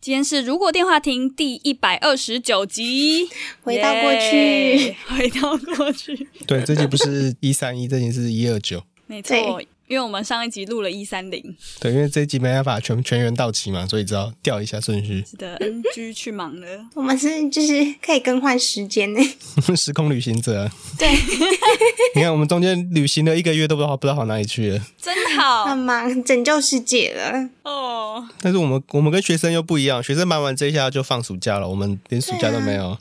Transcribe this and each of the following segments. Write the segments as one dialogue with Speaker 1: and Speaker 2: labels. Speaker 1: 今天是《如果电话亭》第一百二十九集，
Speaker 2: 回到过去
Speaker 1: 耶，回到过 去，
Speaker 3: 对，这集不是一三一，这集是一二九。
Speaker 1: 没错
Speaker 2: 对，
Speaker 1: 因为我们上一集录了一三零，
Speaker 3: 对，因为这一集没办法全全员到齐嘛，所以只好调一下顺序，
Speaker 1: 是 的，NG 去忙了。
Speaker 2: 我们是就是可以更换时间呢。
Speaker 3: 时空旅行者。
Speaker 2: 对，
Speaker 3: 你看我们中间旅行了一个月，都不知道不知道跑哪里去了。
Speaker 1: 真
Speaker 2: 那
Speaker 1: 好
Speaker 2: 啊忙拯救世界了，
Speaker 1: 哦，
Speaker 3: 但是我们我们跟学生又不一样，学生忙完这一下就放暑假了，我们连暑假都没有。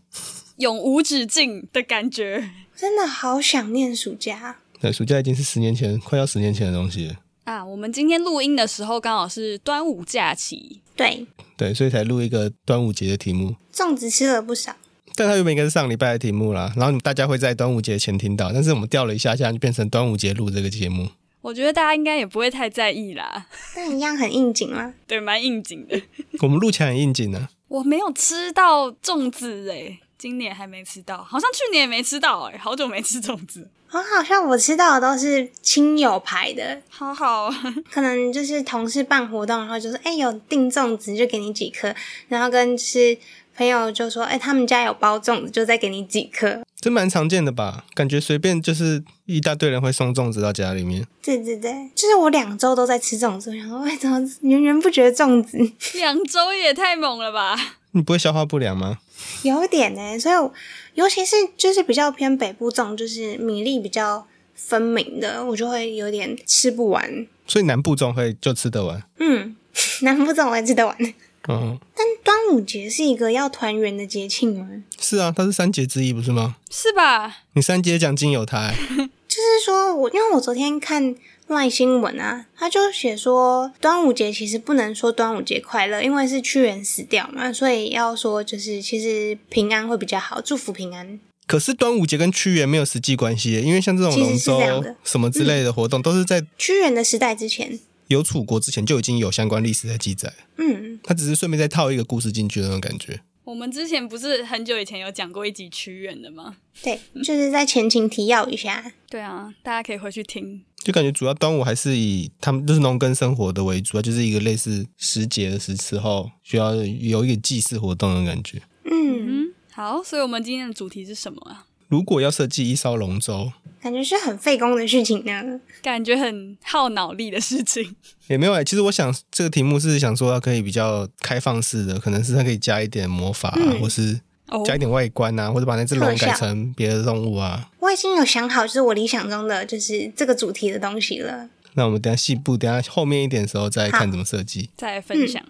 Speaker 1: 永无止境的感觉
Speaker 2: 真的好想念暑假。
Speaker 3: 对，暑假已经是十年前，快要十年前的东西了。
Speaker 1: 啊！我们今天录音的时候刚好是端午假期，
Speaker 2: 对，
Speaker 3: 对，所以才录一个端午节的题目。
Speaker 2: 粽子吃了不少，
Speaker 3: 但它原本应该是上礼拜的题目啦，然后你大家会在端午节前听到，但是我们调了一下下，就变成端午节录这个节目。
Speaker 1: 我觉得大家应该也不会太在意啦，
Speaker 2: 但一样很应景啦。
Speaker 1: 对，蛮应景的。
Speaker 3: 我们录起来很应景啊呢、
Speaker 1: 我没有吃到粽子诶、今年还没吃到，好像去年也没吃到诶、好久没吃粽子，
Speaker 2: 我好像我吃到的都是亲友牌的，
Speaker 1: 好好。
Speaker 2: 可能就是同事办活动，然后就说：“哎、有订粽子就给你几颗。”然后跟就是朋友就说：“哎、他们家有包粽子，就再给你几颗。
Speaker 3: 这蛮常见的吧？感觉随便就是一大堆人会送粽子到家里面。”
Speaker 2: 对对对，就是我两周都在吃粽子，然后为什么源源不绝的粽子？
Speaker 1: 两周也太猛了吧！
Speaker 3: 你不会消化不良吗？
Speaker 2: 有一点呢、所以我尤其是就是比较偏北部粽，就是米粒比较分明的，我就会有点吃不完。
Speaker 3: 所以南部粽会就吃得完。
Speaker 2: 嗯，南部粽我也吃得完。
Speaker 3: 嗯，
Speaker 2: 端午节是一个要团圆的节庆吗？
Speaker 3: 是啊，它是三节之一，不是吗？
Speaker 1: 是吧？
Speaker 3: 你三节奖金有它、欸，
Speaker 2: 就是说我因为我昨天看赖新闻啊，他就写说端午节其实不能说端午节快乐，因为是屈原死掉嘛，所以要说就是其实平安会比较好，祝福平安。
Speaker 3: 可是端午节跟屈原没有实际关系、欸，因为像这种龙
Speaker 2: 其实是这样
Speaker 3: 舟
Speaker 2: 的
Speaker 3: 什么之类的活动，都是在
Speaker 2: 屈原的时代之前，
Speaker 3: 有楚国之前就已经有相关历史在记载，
Speaker 2: 嗯，
Speaker 3: 它只是顺便再套一个故事进去的那种感觉。
Speaker 1: 我们之前不是很久以前有讲过一集屈原的吗？
Speaker 2: 对，就是在前情提要一下。
Speaker 1: 对啊，大家可以回去听。
Speaker 3: 就感觉主要端午还是以他们就是农耕生活的为主，它就是一个类似时节的时时候需要有一个祭祀活动的感觉。
Speaker 2: 嗯，
Speaker 1: 嗯，好，所以我们今天的主题是什么啊？
Speaker 3: 如果要设计一艘龙舟，
Speaker 2: 感觉是很费工的事情呢。
Speaker 1: 感觉很耗脑力的事情。
Speaker 3: 也没有哎、其实我想这个题目是想说它可以比较开放式的，可能是它可以加一点魔法、啊，
Speaker 2: 嗯
Speaker 3: 或是
Speaker 1: 哦
Speaker 3: 加一点外观啊，或者把那只龙
Speaker 2: 特效
Speaker 3: 改成别的动物啊。
Speaker 2: 我已经有想好，就是我理想中的就是这个主题的东西了。
Speaker 3: 那我们等一下细部，等一下后面一点的时候再看怎么设计。
Speaker 1: 再来分享。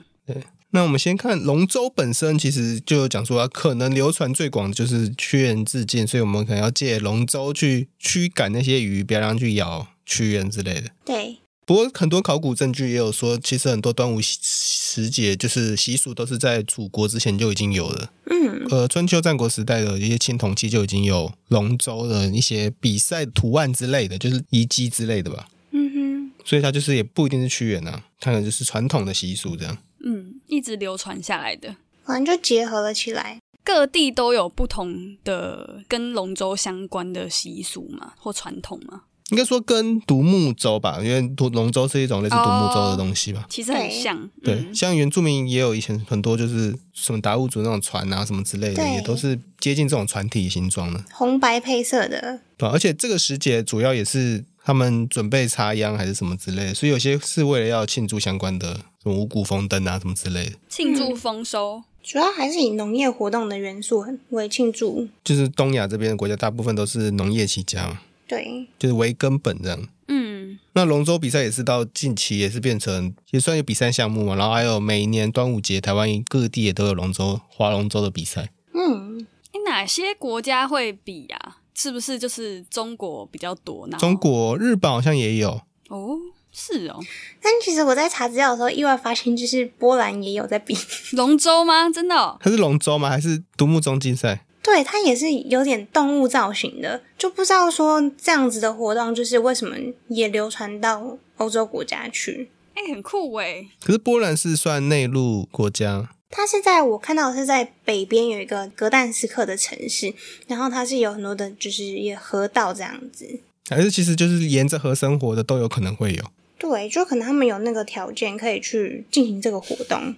Speaker 3: 那我们先看龙舟本身，其实就有讲说啊，可能流传最广的就是屈原自尽，所以我们可能要借龙舟去驱赶那些鱼，不要让它去咬屈原之类的。
Speaker 2: 对，
Speaker 3: 不过很多考古证据也有说，其实很多端午时时节就是习俗都是在楚国之前就已经有了。
Speaker 2: 嗯，
Speaker 3: 呃，春秋战国时代的一些青铜器就已经有龙舟的一些比赛图案之类的，就是遗迹之类的吧。
Speaker 2: 嗯
Speaker 3: 所以它就是也不一定是屈原啊，它可能就是传统的习俗这样。
Speaker 1: 嗯，一直流传下来的，
Speaker 2: 哼，反正就结合了起来。
Speaker 1: 各地都有不同的跟龙舟相关的习俗嘛，或传统嘛，
Speaker 3: 应该说跟独木舟吧，因为独龙舟是一种类似独木舟的东西吧。
Speaker 1: 其实很
Speaker 2: 对
Speaker 1: 像。
Speaker 3: 对，
Speaker 1: 嗯
Speaker 3: 像原住民也有以前很多就是什么达悟族那种船啊什么之类的，
Speaker 2: 对
Speaker 3: 也都是接近这种船体形状的。
Speaker 2: 红白配色的，
Speaker 3: 对啊、而且这个时节主要也是他们准备插秧还是什么之类的，所以有些是为了要庆祝相关的什么五谷丰登啊什么之类的，
Speaker 1: 庆祝丰收，
Speaker 2: 主要还是以农业活动的元素为庆祝。
Speaker 3: 就是东亚这边的国家大部分都是农业起家嘛，
Speaker 2: 对，
Speaker 3: 就是为根本这样。
Speaker 1: 嗯，
Speaker 3: 那龙舟比赛也是到近期也是变成也算有比赛项目嘛，然后还有每一年端午节，台湾各地也都有龙舟、划龙舟的比赛。
Speaker 2: 嗯，
Speaker 1: 诶哪些国家会比呀、啊？是不是就是中国比较多？然后
Speaker 3: 中国、日本好像也有，
Speaker 1: 哦，是哦，
Speaker 2: 但其实我在查资料的时候，意外发现就是波兰也有在比，
Speaker 1: 龙舟吗？真的、哦？
Speaker 3: 它是龙舟吗？还是独木舟竞赛？
Speaker 2: 对，它也是有点动物造型的，就不知道说这样子的活动就是为什么也流传到欧洲国家去。
Speaker 1: 哎、很酷哎！
Speaker 3: 可是波兰是算内陆国家，
Speaker 2: 它是在我看到的是在北边有一个格但斯克的城市，然后它是有很多的，就是也河道这样子。
Speaker 3: 还是其实就是沿着河生活的都有可能会有？
Speaker 2: 对，就可能他们有那个条件可以去进行这个活动。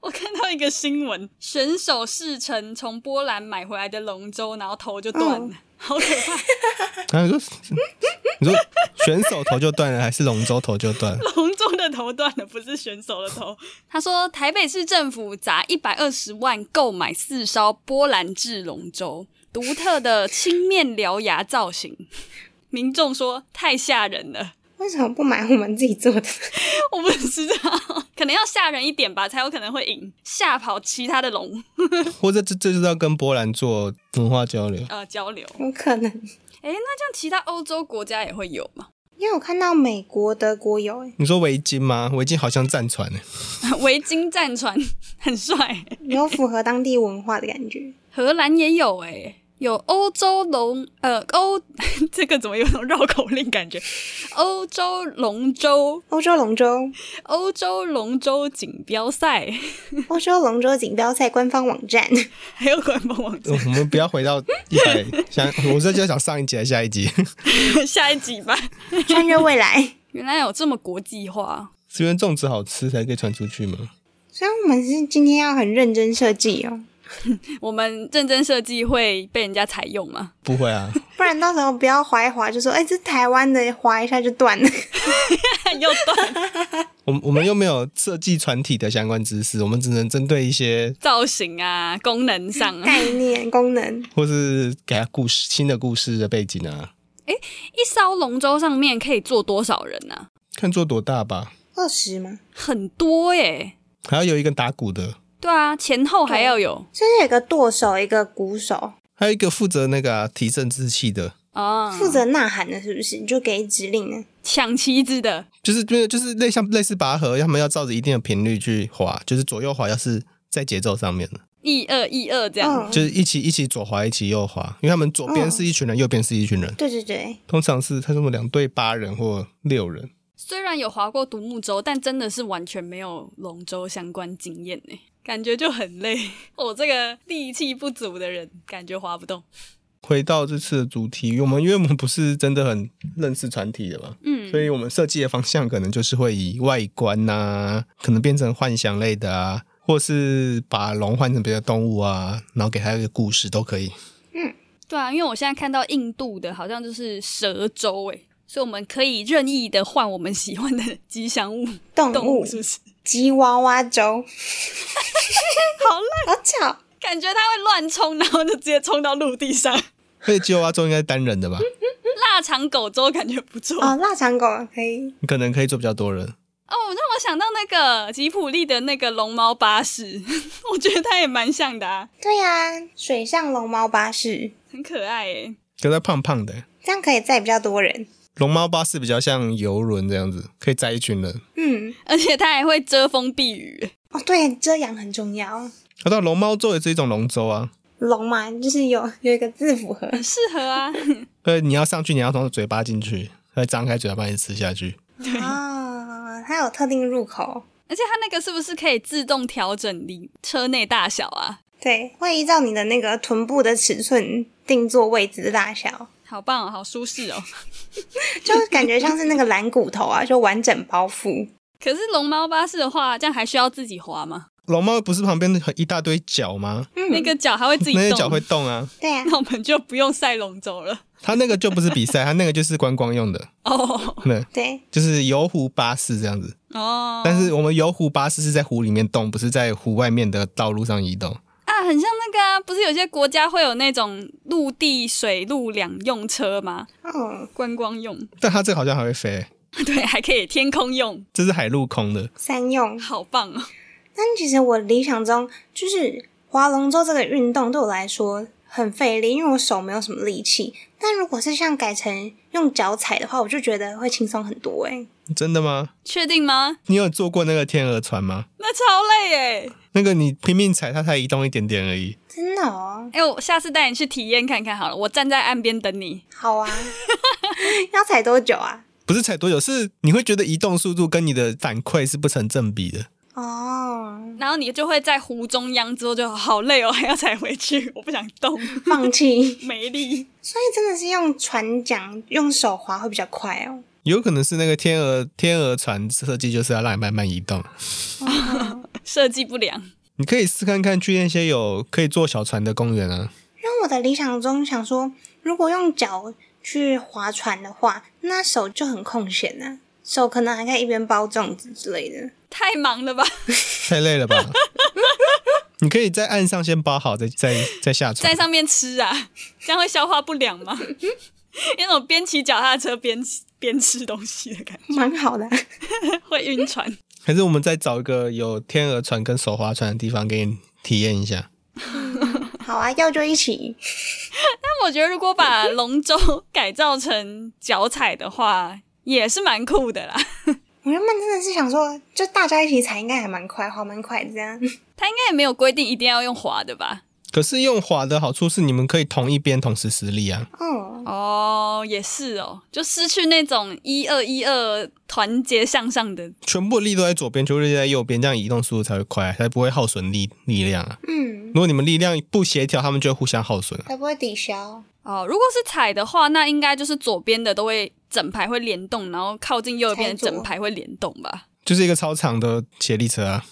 Speaker 1: 我看到一个新闻，选手试乘从波兰买回来的龙舟，然后头就断了，好可怕！
Speaker 3: 然后你说，你说选手头就断了，还是龙舟头就断了？
Speaker 1: 龙舟的头断了，不是选手的头。他说，台北市政府砸一百二十万购买四艘波兰制龙舟，独特的青面獠牙造型。民众说太吓人了，
Speaker 2: 为什么不买我们自己做的？
Speaker 1: 我不知道，可能要吓人一点吧，才有可能会赢，吓跑其他的龙。
Speaker 3: 或者这这就是要跟波兰做文化交流？
Speaker 1: 呃，交流。
Speaker 2: 有可能，
Speaker 1: 哎，那这样其他欧洲国家也会有吗？
Speaker 2: 因为我看到美国、德国有、欸，
Speaker 3: 你说围巾吗？围巾好像战船欸呢。
Speaker 1: 维京战船很帅，
Speaker 2: 有符合当地文化的感觉。
Speaker 1: 荷兰也有哎、有欧洲龙呃欧 这个怎么有种绕口令感觉？欧洲龙舟，
Speaker 2: 欧洲龙舟，
Speaker 1: 欧洲龙舟锦标赛，
Speaker 2: 欧洲龙舟锦标赛官方网站，
Speaker 1: 还有官方网
Speaker 3: 我
Speaker 1: 站，
Speaker 3: 们不要回到一百，想我这就想上一集还是下一集？
Speaker 1: 下一集吧。
Speaker 2: 穿越未来。
Speaker 1: 原来有这么国际化，
Speaker 3: 是因为粽子好吃才可以传出去吗？
Speaker 2: 虽然我们是今天要很认真设计哦，
Speaker 1: 我们认真设计会被人家采用吗？
Speaker 3: 不会啊，
Speaker 2: 不然到时候不要划一划就说，哎、这台湾的划一下就断了。
Speaker 1: 又断
Speaker 3: 我我们又没有设计船体的相关知识，我们只能针对一些
Speaker 1: 造型啊，功能上啊，
Speaker 2: 概念功能，
Speaker 3: 或是给他故事新的故事的背景啊，
Speaker 1: 一艘龙舟上面可以坐多少人啊？
Speaker 3: 看做多大吧。
Speaker 2: 二十吗？
Speaker 1: 很多耶、
Speaker 3: 还要有一个打鼓的，
Speaker 1: 对啊，前后还要有
Speaker 2: 甚至有一个舵手，一个鼓手，
Speaker 3: 还有一个负责那个啊、提振士气的，
Speaker 1: 啊，
Speaker 2: 负责呐喊的，是不是？就给指令呢？
Speaker 1: 抢旗子的，
Speaker 3: 就是就是就是类像类似拔河，他们要照着一定的频率去滑，就是左右滑，要是在节奏上面的，
Speaker 1: 一二一二这样。
Speaker 2: 嗯
Speaker 3: 就是一起一起左滑，一起右滑，因为他们左边是一群人，右边是一群人，
Speaker 2: 对对对，
Speaker 3: 通常是他们两队八人或六人。
Speaker 1: 虽然有划过独木舟，但真的是完全没有龙舟相关经验呢、感觉就很累。 我这个力气不足的人，感觉划不动。
Speaker 3: 回到这次的主题，我们因为我们不是真的很认识团体的嘛，
Speaker 1: 嗯
Speaker 3: 所以我们设计的方向可能就是会以外观呐、可能变成幻想类的啊，或是把龙换成别的动物啊，然后给它一个故事都可以。
Speaker 1: 对啊，因为我现在看到印度的好像就是蛇舟诶、所以我们可以任意的换我们喜欢的吉祥物
Speaker 2: 动
Speaker 1: 动
Speaker 2: 物
Speaker 1: 物，是不是？
Speaker 2: 吉娃娃粥，
Speaker 1: 好累，
Speaker 2: 好巧，
Speaker 1: 感觉它会乱冲，然后就直接冲到陆地上。
Speaker 3: 而且吉娃娃粥应该是单人的吧？
Speaker 1: 腊肠狗粥感觉不错
Speaker 2: 哦，腊肠狗可以，
Speaker 3: 你可能可以做比较多人。
Speaker 1: 哦，让我想到那个吉普力的那个龙猫巴士， 我觉得它也蛮像的啊，
Speaker 2: 对呀、水上龙猫巴士，
Speaker 1: 很可爱诶。
Speaker 3: 可是它胖胖的，
Speaker 2: 这样可以载比较多人。
Speaker 3: 龙猫巴士比较像游轮这样子，可以载一群人。
Speaker 2: 嗯，
Speaker 1: 而且它还会遮风避雨，
Speaker 2: 哦，对，遮阳很重要。
Speaker 3: 好到龙猫粥也是一种龙舟啊，
Speaker 2: 龙嘛，就是有有一个字符 合，
Speaker 1: 很适合啊。
Speaker 3: 呃，你要上去，你要从嘴巴进去，再张开嘴巴把你吃下去。
Speaker 2: 啊，它有特定入口，
Speaker 1: 而且它那个是不是可以自动调整你车内大小啊？
Speaker 2: 对，会依照你的那个臀部的尺寸定做位置的大小，
Speaker 1: 好棒哦，好舒适哦。
Speaker 2: 就感觉像是那个蓝骨头啊，就完整包覆。
Speaker 1: 可是龙猫巴士的话，这样还需要自己滑吗？
Speaker 3: 龙猫不是旁边很一大堆脚吗？
Speaker 2: 嗯，
Speaker 1: 那个脚还会自己
Speaker 3: 那些
Speaker 1: 动，
Speaker 3: 脚会动啊。
Speaker 2: 对啊，
Speaker 1: 那我们就不用赛龙舟了。
Speaker 3: 它那个就不是比 赛，它那个就是观光用的，
Speaker 1: 哦
Speaker 3: 对，
Speaker 2: 对，
Speaker 3: 就是游湖巴士这样子。
Speaker 1: 哦，
Speaker 3: 但是我们游湖巴士是在湖里面动，不是在湖外面的道路上移动。
Speaker 1: 啊，很像那个啊，不是有些国家会有那种陆地、水陆两用车吗？
Speaker 2: 哦，
Speaker 1: 观光用，
Speaker 3: 但它这个好像还会飞，
Speaker 1: 对，还可以天空用，
Speaker 3: 这是海陆空的。
Speaker 2: 三用。
Speaker 1: 好棒哦！
Speaker 2: 但其实我理想中就是划龙舟这个运动对我来说很费力，因为我手没有什么力气。但如果是像改成用脚踩的话，我就觉得会轻松很多哎、
Speaker 3: 真的吗？
Speaker 1: 确定吗？
Speaker 3: 你有坐过那个天鹅船吗？
Speaker 1: 那超累哎、
Speaker 3: 那个你拼命踩，它才移动一点点而已。
Speaker 2: 真的哦，
Speaker 1: 哎、我下次带你去体验看看好了，我站在岸边等你。
Speaker 2: 好啊，要踩多久啊？
Speaker 3: 不是踩多久，是你会觉得移动速度跟你的反馈是不成正比的。
Speaker 2: 哦，
Speaker 1: 然后你就会在湖中央之后就好累哦，还要踩回去，我不想动，。
Speaker 2: 放弃
Speaker 1: 没力。
Speaker 2: 所以真的是用船桨、用手滑会比较快哦。
Speaker 3: 有可能是那个天鹅天鹅船设计就是要让你慢慢移动。
Speaker 1: 设计不良，
Speaker 3: 你可以试看看去那些有可以坐小船的公园啊。
Speaker 2: 因为我的理想中想说，如果用脚去划船的话，那手就很空闲啊，手可能还可以一边包粽子之类的。
Speaker 1: 太忙了吧？
Speaker 3: 太累了 吧？你可以在岸上先包好，再再再下船。
Speaker 1: 在上面吃啊，这样会消化不良吗？ 那种边骑脚踏车边吃边吃东西的感
Speaker 2: 蛮好的啊、
Speaker 1: 觉，会晕船。
Speaker 3: 还是我们再找一个有天鹅船跟手划船的地方给你体验一下。
Speaker 2: 好啊，要就一起。
Speaker 1: 但我觉得如果把龙舟改造成脚踩的话，也是蛮酷的啦。
Speaker 2: 我原本真的是想说，就大家一起踩，应该还蛮快，滑蛮快的这样。
Speaker 1: 它应该也没有规定一定要用滑的吧？
Speaker 3: 可是用划的好处是，你们可以同一边同时施力啊。
Speaker 2: 哦，
Speaker 1: 哦，也是哦，就失去那种一二一二团结向上的。
Speaker 3: 全部力都在左边，全部力在右边，这样移动速度才会快，才不会耗损力力量啊。
Speaker 2: 嗯
Speaker 3: 如，果你们力量不协调，他们就会互相耗损啊。
Speaker 2: 该不会抵消？
Speaker 1: 哦，如果是踩的话，那应该就是左边的都会整排会联动，然后靠近右边的
Speaker 2: 踩左
Speaker 1: 整排会联动吧。
Speaker 3: 就是一个超长的协力车啊，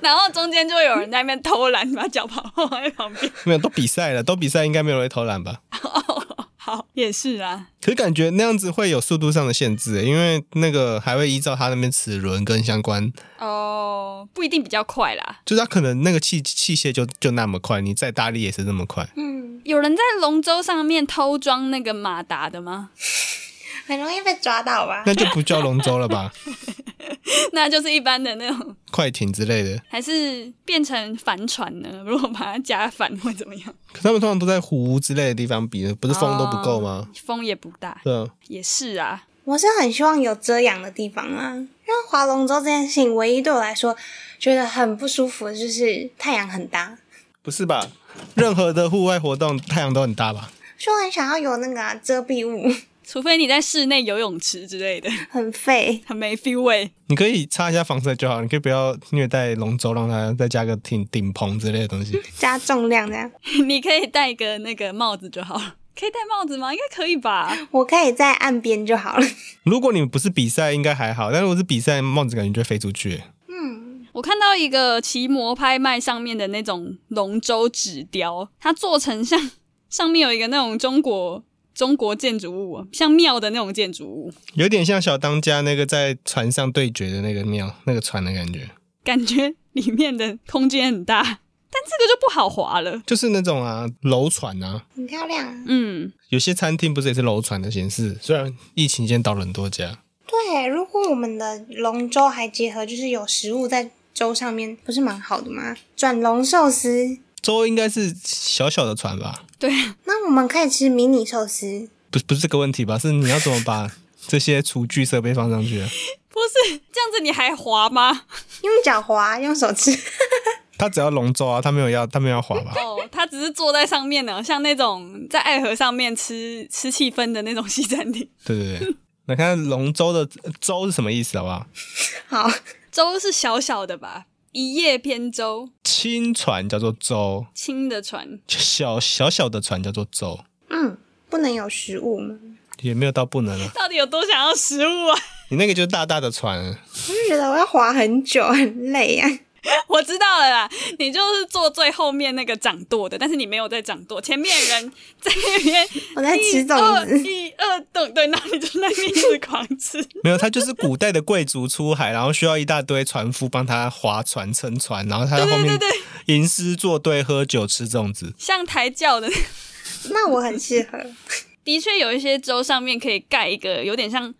Speaker 1: 然后中间就会有人在那边偷懒，把脚跑放在旁边。
Speaker 3: 没有都比赛了，都比赛应该没有人会偷懒吧？
Speaker 1: 哦，好，也是啊。
Speaker 3: 可是感觉那样子会有速度上的限制欸，因为那个还会依照他那边齿轮跟相关，
Speaker 1: 哦，不一定比较快啦。
Speaker 3: 就是他可能那个器器械就就那么快，你再大力也是那么快。
Speaker 2: 嗯，
Speaker 1: 有人在龙舟上面偷装那个马达的吗？
Speaker 2: 很容易被抓到吧？
Speaker 3: 那就不叫龙舟了吧？
Speaker 1: 那就是一般的那种，
Speaker 3: 快艇之类的，
Speaker 1: 还是变成帆船呢？如果把它加帆会怎么样？
Speaker 3: 可他们通常都在湖之类的地方比，不是风都不够吗？
Speaker 1: 风也不大，
Speaker 3: 对啊，
Speaker 1: 也是啊。
Speaker 2: 我是很希望有遮阳的地方啊，因为划龙舟这件事情，唯一对我来说觉得很不舒服的就是太阳很大，
Speaker 3: 不是吧？任何的户外活动，太阳都很大吧？
Speaker 2: 就很想要有那个啊、遮蔽物，
Speaker 1: 除非你在室内游泳池之类的，
Speaker 2: 很废。
Speaker 1: 很没 feel 味。
Speaker 3: 你可以擦一下防晒就好，你可以不要虐待龙舟，让它再加个顶顶棚之类的东西。
Speaker 2: 加重量这样，
Speaker 1: 你可以戴个那个帽子就好了。可以戴帽子吗？应该可以吧。
Speaker 2: 我可以在岸边就好了。
Speaker 3: 如果你不是比赛，应该还好；但如果是比赛，帽子感觉就会飞出去。
Speaker 2: 嗯，
Speaker 1: 我看到一个骑摩拍卖上面的那种龙舟纸雕，它做成像上面有一个那种中国中国建筑物啊，像庙的那种建筑物，
Speaker 3: 有点像小当家那个在船上对决的那个庙那个船的感觉，
Speaker 1: 感觉里面的空间很大，但这个就不好划了。
Speaker 3: 就是那种啊楼船啊。
Speaker 2: 很漂亮。
Speaker 1: 嗯，
Speaker 3: 有些餐厅不是也是楼船的形式？虽然疫情期间倒了很多家，
Speaker 2: 对，如果我们的龙舟还结合就是有食物在舟上面，不是蛮好的吗？转龙寿司，
Speaker 3: 舟应该是小小的船吧？
Speaker 1: 对，
Speaker 2: 那我们可以吃迷你寿司。
Speaker 3: 不是不是这个问题吧？是你要怎么把这些厨具设备放上去、啊？
Speaker 1: 不是这样子，你还划吗？
Speaker 2: 用脚滑，用手吃，
Speaker 3: 他只要龙舟啊，他没有要他没有要滑吧？
Speaker 1: 哦，他只是坐在上面呢，像那种在爱河上面吃吃气氛的那种西餐厅。
Speaker 3: 对对对，那看龙舟的呃舟是什么意思好不好？
Speaker 2: 好，
Speaker 1: 舟是小小的吧，一叶扁舟，
Speaker 3: 轻船叫做舟，
Speaker 1: 轻的船。
Speaker 3: 小小小的船叫做舟，
Speaker 2: 嗯，不能有食物吗？
Speaker 3: 也没有到不能了。
Speaker 1: 到底有多想要食物啊？
Speaker 3: 你那个就是大大的船，
Speaker 2: 我就觉得我要滑很久，很累啊呀、
Speaker 1: 我知道了啦，你就是坐最后面那个掌舵的，但是你没有在掌舵，前面人在那 边
Speaker 2: 我在吃粽子，
Speaker 1: 一二一二动，对，那你就在那边一直狂吃。
Speaker 3: 没有，它就是古代的贵族出海，然后需要一大堆船夫帮他划船、撑船，然后他在后面吟诗作对、喝酒、吃粽子。
Speaker 1: 像抬轿的，
Speaker 2: 那我很适合。
Speaker 1: 的确有一些粥上面可以盖一个，有点像。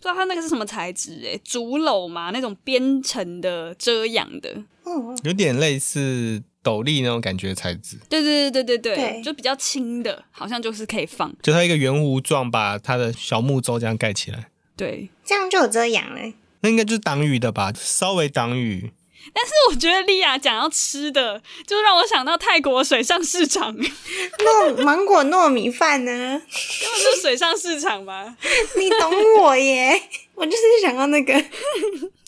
Speaker 1: 不知道它那个是什么材质欸诶、竹篓嘛，那种编成的遮阳的，
Speaker 2: 哦，
Speaker 3: 有点类似斗笠那种感觉的材质，
Speaker 1: 对对对对对
Speaker 2: 对
Speaker 1: 就比较轻的，好像就是可以放。
Speaker 3: 就它一个圆弧状，把它的小木舟这样盖起来，
Speaker 1: 对，
Speaker 2: 这样就有遮阳了。
Speaker 3: 那应该就是挡雨的吧，稍微挡雨。
Speaker 1: 但是我觉得莉亚讲要吃的，就让我想到泰国水上市场， 根
Speaker 2: 糯芒果糯米饭呢？
Speaker 1: 本就是水上市场嘛。
Speaker 2: 你懂我耶， 我就是想要那个。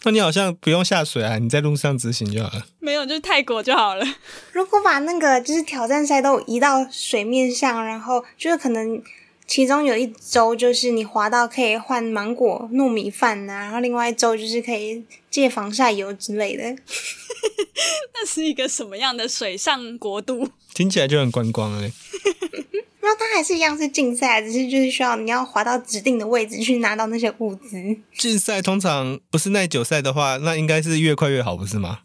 Speaker 3: 那你好像不用下水啊，你在路上执行就好了。
Speaker 1: 没有，就是泰国就好了。
Speaker 2: 如果把那个就是挑战赛都移到水面上，然后就是可能其中有一周就是你滑到可以换芒果糯米饭呐、然后另外一周就是可以借防晒油之类的。
Speaker 1: 那是一个什么样的水上国度？
Speaker 3: 听起来就很观光哎。
Speaker 2: 然后它还是一样是竞赛，只是就是需要你要滑到指定的位置去拿到那些物资。
Speaker 3: 竞赛通常不是耐久赛的话，那应该是越快越好，不是吗？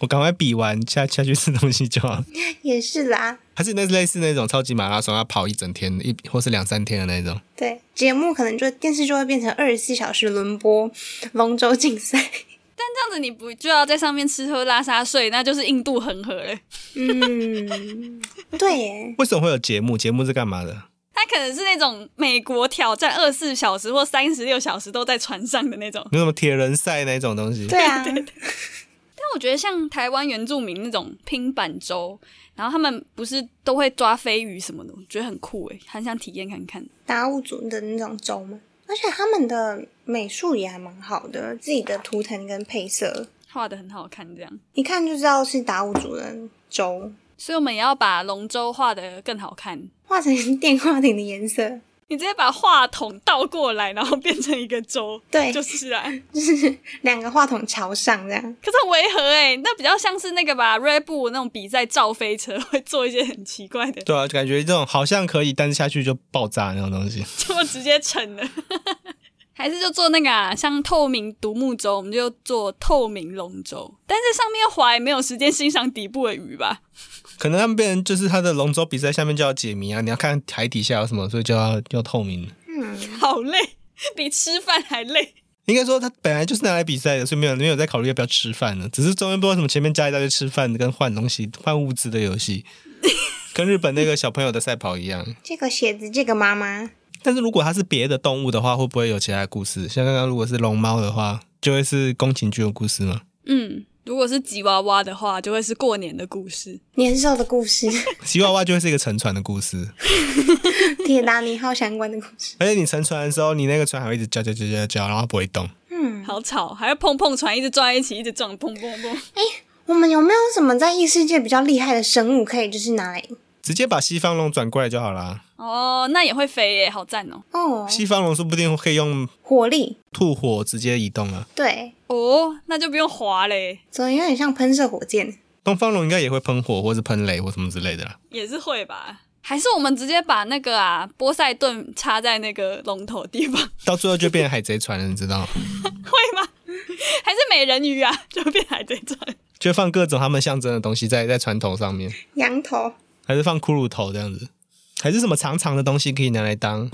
Speaker 3: 我赶快比完下下去吃东西就好了。
Speaker 2: 也是啦，
Speaker 3: 还是那类似那种超级马拉松，要跑一整天一或是两三天的那种。
Speaker 2: 对，节目可能就电视就会变成二十四小时轮播龙舟竞赛。
Speaker 1: 但这样子你不就要在上面吃喝拉撒睡，那就是印度恒河了。
Speaker 2: 嗯，对耶，
Speaker 3: 为什么会有节目？节目是干嘛的？
Speaker 1: 它可能是那种美国挑战二十四小时或三十六小时都在船上的那种。
Speaker 3: 有什么铁人赛那种东西？
Speaker 2: 对啊，
Speaker 1: 但我觉得像台湾原住民那种拼板舟，然后他们不是都会抓飞鱼什么的，我觉得很酷诶，很想体验看看。
Speaker 2: 达悟族的那种舟嘛，而且他们的美术也还蛮好的，自己的图腾跟配色，
Speaker 1: 画的很好看，这样，
Speaker 2: 一看就知道是达悟族的舟，
Speaker 1: 所以我们也要把龙舟画的更好看。
Speaker 2: 画成电话亭的颜色。
Speaker 1: 你直接把话筒倒过来，然后变成一个舟，
Speaker 2: 对
Speaker 1: 就是啊。
Speaker 2: 就是两个话筒朝上这样，
Speaker 1: 可是很违和诶，那比较像是那个吧，Red Bull 那种比赛造飞车会做一些很奇怪的，
Speaker 3: 对啊，感觉这种好像可以，但是下去就爆炸那种东西。
Speaker 1: 结果直接沉了。 还是就做那个啊，像透明独木舟，我们就做透明龙舟，但是上面划也没有时间欣赏底部的鱼吧？
Speaker 3: 可能他们变成就是他的龙舟比赛下面就要解谜啊，你要看海底下有什么，所以就要要透明。
Speaker 2: 嗯，
Speaker 1: 好累，比吃饭还累。
Speaker 3: 应该说他本来就是拿来比赛的，所以没有没有在考虑要不要吃饭呢。只是中间不知道为什么前面加一大堆吃饭跟换东西、换物资的游戏，跟日本那个小朋友的赛跑一样。
Speaker 2: 这个鞋子，这个妈妈，
Speaker 3: 但是如果它是别的动物的话，会不会有其他的故事？像刚刚如果是龙猫的话，就会是宫崎骏的故事吗？
Speaker 1: 嗯，如果是吉娃娃的话，就会是过年的故事。
Speaker 2: 年兽的故事，
Speaker 3: 吉娃娃就会是一个沉船的故事。
Speaker 2: 铁达尼号相关的故事。
Speaker 3: 而且你沉船的时候，你那个船还会一直叫叫叫叫叫，然后它不会动。
Speaker 2: 嗯，
Speaker 1: 好吵，还会碰碰船，一直撞在一起，一直撞，砰砰砰。
Speaker 2: 我们有没有什么在异世界比较厉害的生物可以就是拿来？
Speaker 3: 直接把西方龙转过来就好啦。
Speaker 1: 哦，那也会飞耶，好赞哦。
Speaker 2: 哦，
Speaker 3: 西方龙说不定可以用
Speaker 2: 火力，
Speaker 3: 吐火直接移动啊。
Speaker 2: 对，
Speaker 1: 哦，那就不用滑嘞，
Speaker 2: 怎么有点像喷射火箭？
Speaker 3: 东方龙应该也会喷火或是喷雷或什么之类的啦。
Speaker 1: 也是会吧？还是我们直接把那个啊波塞顿插在那个龙头地方，
Speaker 3: 到最后就变成海贼船了，你知道吗？
Speaker 1: 会吗？ 还是美人鱼啊，就变海贼船？
Speaker 3: 就放各种他们象征的东西在在船头上面，
Speaker 2: 羊头，
Speaker 3: 还是放骷髅头这样子，还是什么长长的东西可以拿来当，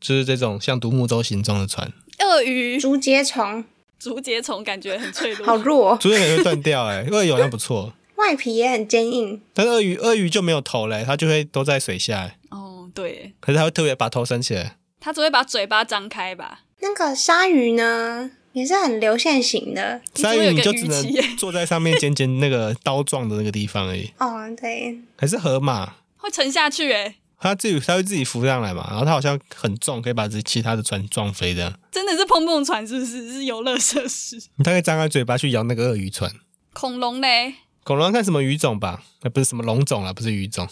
Speaker 3: 就是这种像独木舟形状的船，
Speaker 1: 鳄鱼、
Speaker 2: 竹节虫，
Speaker 1: 竹节虫感觉很脆弱，
Speaker 2: 好弱哦、
Speaker 3: 主角也会断掉哎、欸， 鳄鱼好像不错，
Speaker 2: 外皮也很坚硬。
Speaker 3: 但是鳄鱼鳄鱼就没有头嘞、它就会都在水下、欸，
Speaker 1: 哦，对耶，
Speaker 3: 可是它会特别把头伸起来。
Speaker 1: 它只会把嘴巴张开吧？
Speaker 2: 那个鲨鱼呢，也是很流线型的。
Speaker 3: 鲨鱼你就只
Speaker 1: 你怎么有个鱼鳍欸
Speaker 3: 能坐在上面尖尖那个刀状的那个地方而已，
Speaker 2: 哦，对，
Speaker 3: 还是河马，
Speaker 1: 会沉下去欸诶，
Speaker 3: 它自己它会自己浮上来嘛，然后它好像很重，可以把自己其他的船撞飞的。
Speaker 1: 真的是碰碰船是不是？是游乐设施？
Speaker 3: 它可以张开嘴巴去咬那个鳄鱼船。
Speaker 1: 恐龙嘞？
Speaker 3: 恐龙要看什么鱼种吧？呃，不是什么龙种啦，不是鱼种，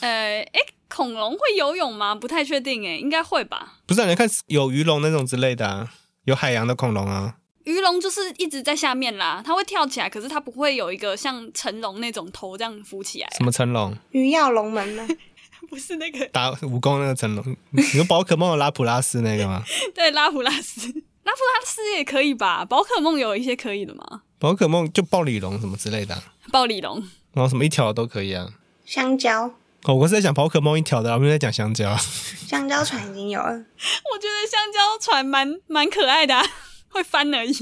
Speaker 1: 呃，诶，恐龙会游泳吗？不太确定欸诶，应该会吧。
Speaker 3: 不是、啊、你看有鱼龙那种之类的啊，有海洋的恐龙啊。
Speaker 1: 鱼龙就是一直在下面啦，它会跳起来，可是它不会有一个像成龙那种头这样浮起来啊，
Speaker 3: 什么成龙？
Speaker 2: 鱼跃龙门 呢？
Speaker 1: 不是那个
Speaker 3: 打武功那个成龙？你说宝可梦的拉普拉斯那个吗？
Speaker 1: 对拉普拉斯，拉普拉斯也可以吧？宝可梦有一些可以的嘛，
Speaker 3: 宝可梦就暴鲤龙什么之类的啊、
Speaker 1: 暴鲤龙，
Speaker 3: 然后什么一条都可以啊。
Speaker 2: 香蕉，
Speaker 3: 哦，我是在讲宝可梦一条的啊，我们在讲香蕉啊。
Speaker 2: 香蕉船已经有了。
Speaker 1: 我觉得香蕉船蛮 蛮可爱的、啊，会翻而已。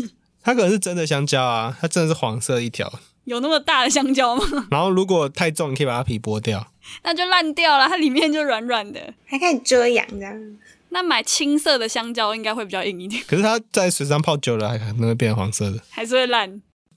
Speaker 3: 它可能是真的香蕉啊，它真的是黄色一条，
Speaker 1: 有那么大的香蕉吗？
Speaker 3: 然后如果太重，你可以把它皮剥掉。
Speaker 1: 那就烂掉了，它里面就软软的。
Speaker 2: 还可以遮阳这样。
Speaker 1: 那买青色的香蕉应该会比较硬一点，
Speaker 3: 可是它在水上泡久了，还可能会变黄色的。
Speaker 1: 还是会烂。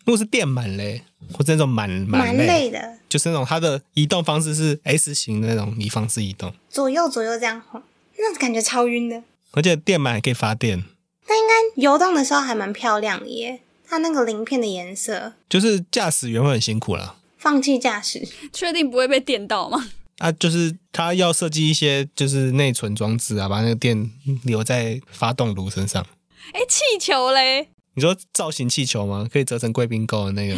Speaker 3: 如果是变满嘞，或是那种满
Speaker 2: 蛮
Speaker 3: 满
Speaker 2: 累
Speaker 3: 类，
Speaker 2: 的，
Speaker 3: 就是那种它的移动方式是 S 型的那种移方式移动，
Speaker 2: 左右左右这样晃，那感觉超晕的。
Speaker 3: 而且电满还可以发电，
Speaker 2: 但游动的时候还蛮漂亮的耶，它那个鳞片的颜色，
Speaker 3: 就是驾驶员会很辛苦啦。
Speaker 2: 放弃驾驶，
Speaker 1: 确定不会被电到吗？
Speaker 3: 啊，就是它要设计一些就是内存装置啊，把那个电留在发动炉身上。
Speaker 1: 哎、气球嘞，
Speaker 3: 你说造型气球吗？可以折成贵宾狗的那个，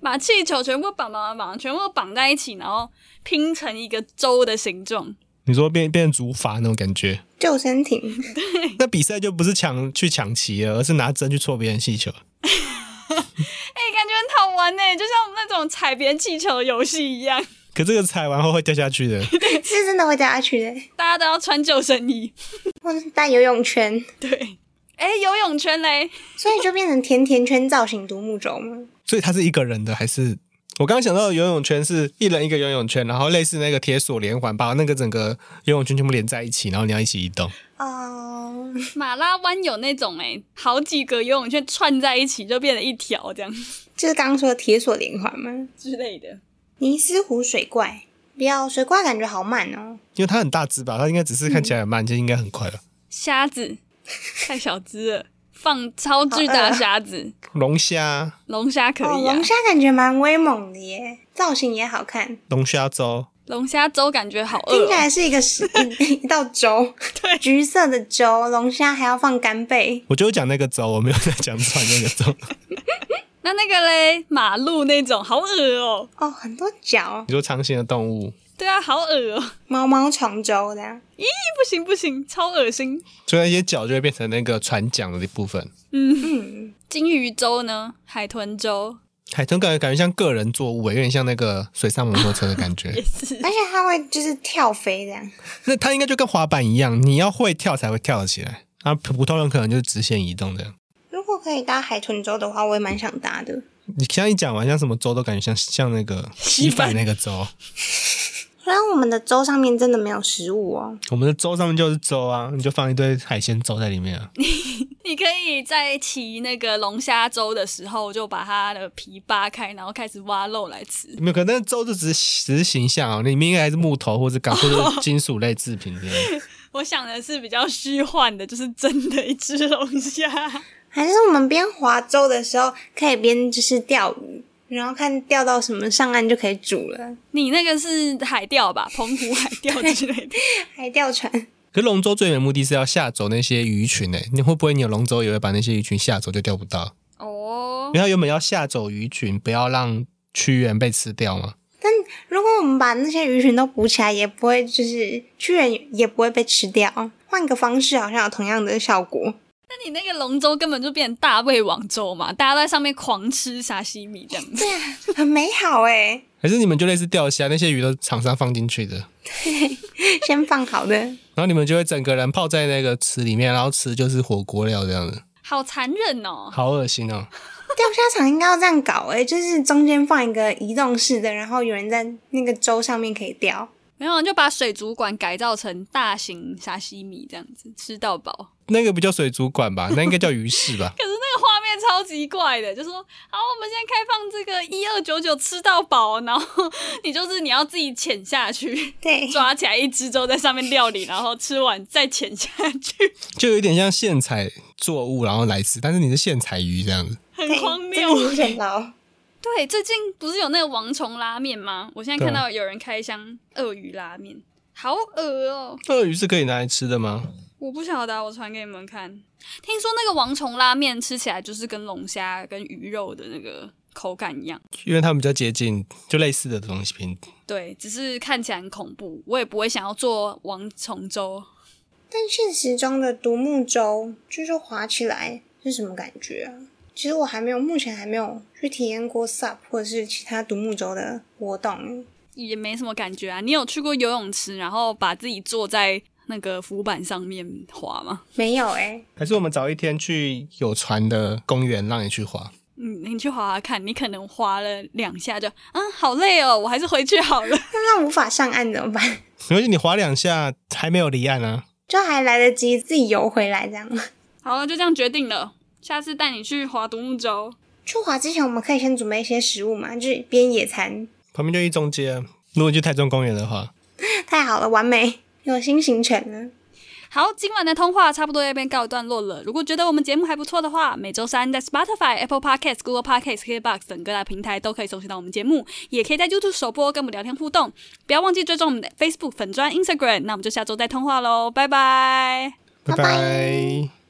Speaker 1: 把气球全部绑绑绑绑，全部绑在一起，然后拼成一个粥的形状。
Speaker 3: 你说变变成竹筏那种感觉。
Speaker 2: 救生艇。
Speaker 3: 那比赛就不是抢去抢旗了，而是拿针去戳别人气球。
Speaker 1: 哎、感觉很好玩呢，就像我们那种踩别人气球的游戏一样，
Speaker 3: 可这个踩完后会掉下去的，
Speaker 2: 是真的会掉下去的，
Speaker 1: 大家都要穿救生衣。
Speaker 2: 或者是带游泳圈，
Speaker 1: 对，哎、游泳圈嘞，
Speaker 2: 所以就变成甜甜圈造型独木舟嘛。
Speaker 3: 所以它是一个人的还是？我刚刚想到的游泳圈是一人一个游泳圈，然后类似那个铁索连环，把那个整个游泳圈全部连在一起，然后你要一起移动。
Speaker 2: 哦、
Speaker 1: 马拉湾有那种哎，好几个游泳圈串在一起就变成一条这样
Speaker 2: 就是刚刚说的铁索连环吗？
Speaker 1: 之类的。
Speaker 2: 尼斯湖水怪，不要水怪感觉好慢哦。
Speaker 3: 因为它很大只吧，它应该只是看起来很慢，就应该很快了。
Speaker 1: 虾子太小只了，放超巨大的虾 子，
Speaker 3: 龙虾、
Speaker 1: 龙虾可
Speaker 2: 哦，
Speaker 1: 以啊
Speaker 2: 龙。虾感觉蛮威猛的耶，造型也好看，
Speaker 3: 龙虾粥，
Speaker 1: 龙虾粥感觉好饿、
Speaker 2: 听起
Speaker 1: 哦，
Speaker 2: 来是一个 食一一道粥，
Speaker 1: 对
Speaker 2: 橘色的粥，龙虾还要放干贝，
Speaker 3: 我就讲那个粥，我没有在讲船那个粥。
Speaker 1: 那那个嘞，马路那种好恶哦、
Speaker 2: 哦，很多脚，
Speaker 3: 你说长形的动物，
Speaker 1: 对啊，好恶哦、
Speaker 2: 毛毛虫粥的啊，
Speaker 1: 不行不行，超恶心。
Speaker 3: 所以那些脚就会变成那个船桨的一部分。
Speaker 2: 嗯，
Speaker 1: 金鱼粥呢？海豚粥
Speaker 3: 海豚感觉感觉像个人作物，有点像那个水上摩托车的感觉
Speaker 1: 也。是
Speaker 2: 而且它会就是跳飞这样，
Speaker 3: 那它应该就跟滑板一样，你要会跳才会跳得起来。啊，普普通人可能就是直线移动这样。
Speaker 2: 如果可以搭海豚粥的话，我也蛮想搭的。
Speaker 3: 你像一讲完，像什么粥都感觉像像那个
Speaker 1: 稀
Speaker 3: 稀
Speaker 1: 饭
Speaker 3: 饭那个粥。
Speaker 2: 虽然我们的粥上面真的没有食物哦，
Speaker 3: 我们的粥上面就是粥啊，你就放一堆海鲜粥在里面啊。
Speaker 1: 你可以在骑那个龙虾粥的时候，就把它的皮扒开，然后开始挖肉来吃。
Speaker 3: 没有，可能粥就只是只是形象啊，里面应该还是木头或者钢或者金属类制品之类的。
Speaker 1: 我想的是比较虚幻的，就是真的一只龙虾。
Speaker 2: 还是我们边划粥的时候可以边就是钓鱼，然后看钓到什么上岸就可以煮了，
Speaker 1: 你那个是海钓吧？澎湖海钓之类的。
Speaker 2: 海钓船。
Speaker 3: 可是龙舟最远的目的是要吓走那些鱼群诶、欸你会不会你有龙舟也会把那些鱼群吓走就钓不到？
Speaker 1: 哦
Speaker 3: 因为，它原本要吓走鱼群，不要让屈原被吃掉嘛。
Speaker 2: 如果我们把那些鱼群都捕起来，也不会就是巨人也不会被吃掉。换个方式，好像有同样的效果。
Speaker 1: 那你那个龙舟根本就变成大胃王粥嘛，大家都在上面狂吃沙西米这样子。
Speaker 2: 很美好哎、
Speaker 3: 还是你们就类似钓虾，那些鱼都厂商放进去的，
Speaker 2: 先放好的，
Speaker 3: 然后你们就会整个人泡在那个池里面，然后吃就是火锅料这样子，
Speaker 1: 好残忍哦！
Speaker 3: 好恶心哦！
Speaker 2: 钓虾场应该要这样搞哎、就是中间放一个移动式的，然后有人在那个舟上面可以钓。
Speaker 1: 没有，就把水族馆改造成大型沙西米这样子，吃到饱。
Speaker 3: 那个不叫水族馆吧？ 那应该叫鱼市吧？
Speaker 1: 可是那个画面超级怪的，就说好，我们现在开放这个一二九九吃到饱，然后 你就是你要自己潜下去，
Speaker 2: 对，
Speaker 1: 抓起来一只之后在上面料理，然后吃完再潜下去，
Speaker 3: 就有点像现采作物然后来吃，但是你是现采鱼这样子。
Speaker 1: 很
Speaker 2: 对
Speaker 1: 荒
Speaker 2: 这
Speaker 1: 谬欸
Speaker 2: 个。很简单。
Speaker 1: 对，最近不是有那个王虫拉面吗？我现在
Speaker 3: 对啊
Speaker 1: 看到有人开箱鳄鱼拉面，好恶哦、
Speaker 3: 鳄鱼是可以拿来吃的吗？
Speaker 1: 我不晓得啊，我传给你们看。听说那个王虫拉面吃起来就是跟龙虾跟鱼肉的那个口感一样。
Speaker 3: 因为它们比较接近，就类似的东西品。
Speaker 1: 对，只是看起来很恐怖，我也不会想要做王虫粥。
Speaker 2: 但现实中的独木舟，就是划起来是什么感觉啊？其实我还没有，目前还没有去体验过 SUP 或者是其他独木舟的活动。
Speaker 1: 也没什么感觉啊。你有去过游泳池，然后把自己坐在那个浮板上面滑吗？
Speaker 2: 没有哎、
Speaker 3: 还是我们早一天去有船的公园让你去滑？
Speaker 1: 嗯，你去划划看，你可能划了两下就，啊，好累哦，我还是回去好了。
Speaker 2: 那无法上岸怎么办？
Speaker 3: 而且你划两下还没有离岸啊，
Speaker 2: 就还来得及自己游回来这 样。
Speaker 1: 好了，就这样决定了，下次带你去划独木舟。
Speaker 2: 去滑之前，我们可以先准备一些食物嘛，就是边野餐。
Speaker 3: 旁边就一中街啊。如果你去台中公园的话，
Speaker 2: 太好了，完美，有新行程了。
Speaker 1: 好，今晚的通话差不多要边告一段落了。如果觉得我们节目还不错的话，每周三在 Spotify、Apple Podcasts、Google Podcasts、KBox 等各大平台都可以搜寻到我们节目，也可以在 YouTube 首播跟我们聊天互动。不要忘记追踪我们的 Facebook 粉砖、Instagram。那我们就下周再通话喽，拜拜。
Speaker 3: 拜
Speaker 4: 拜
Speaker 3: 拜。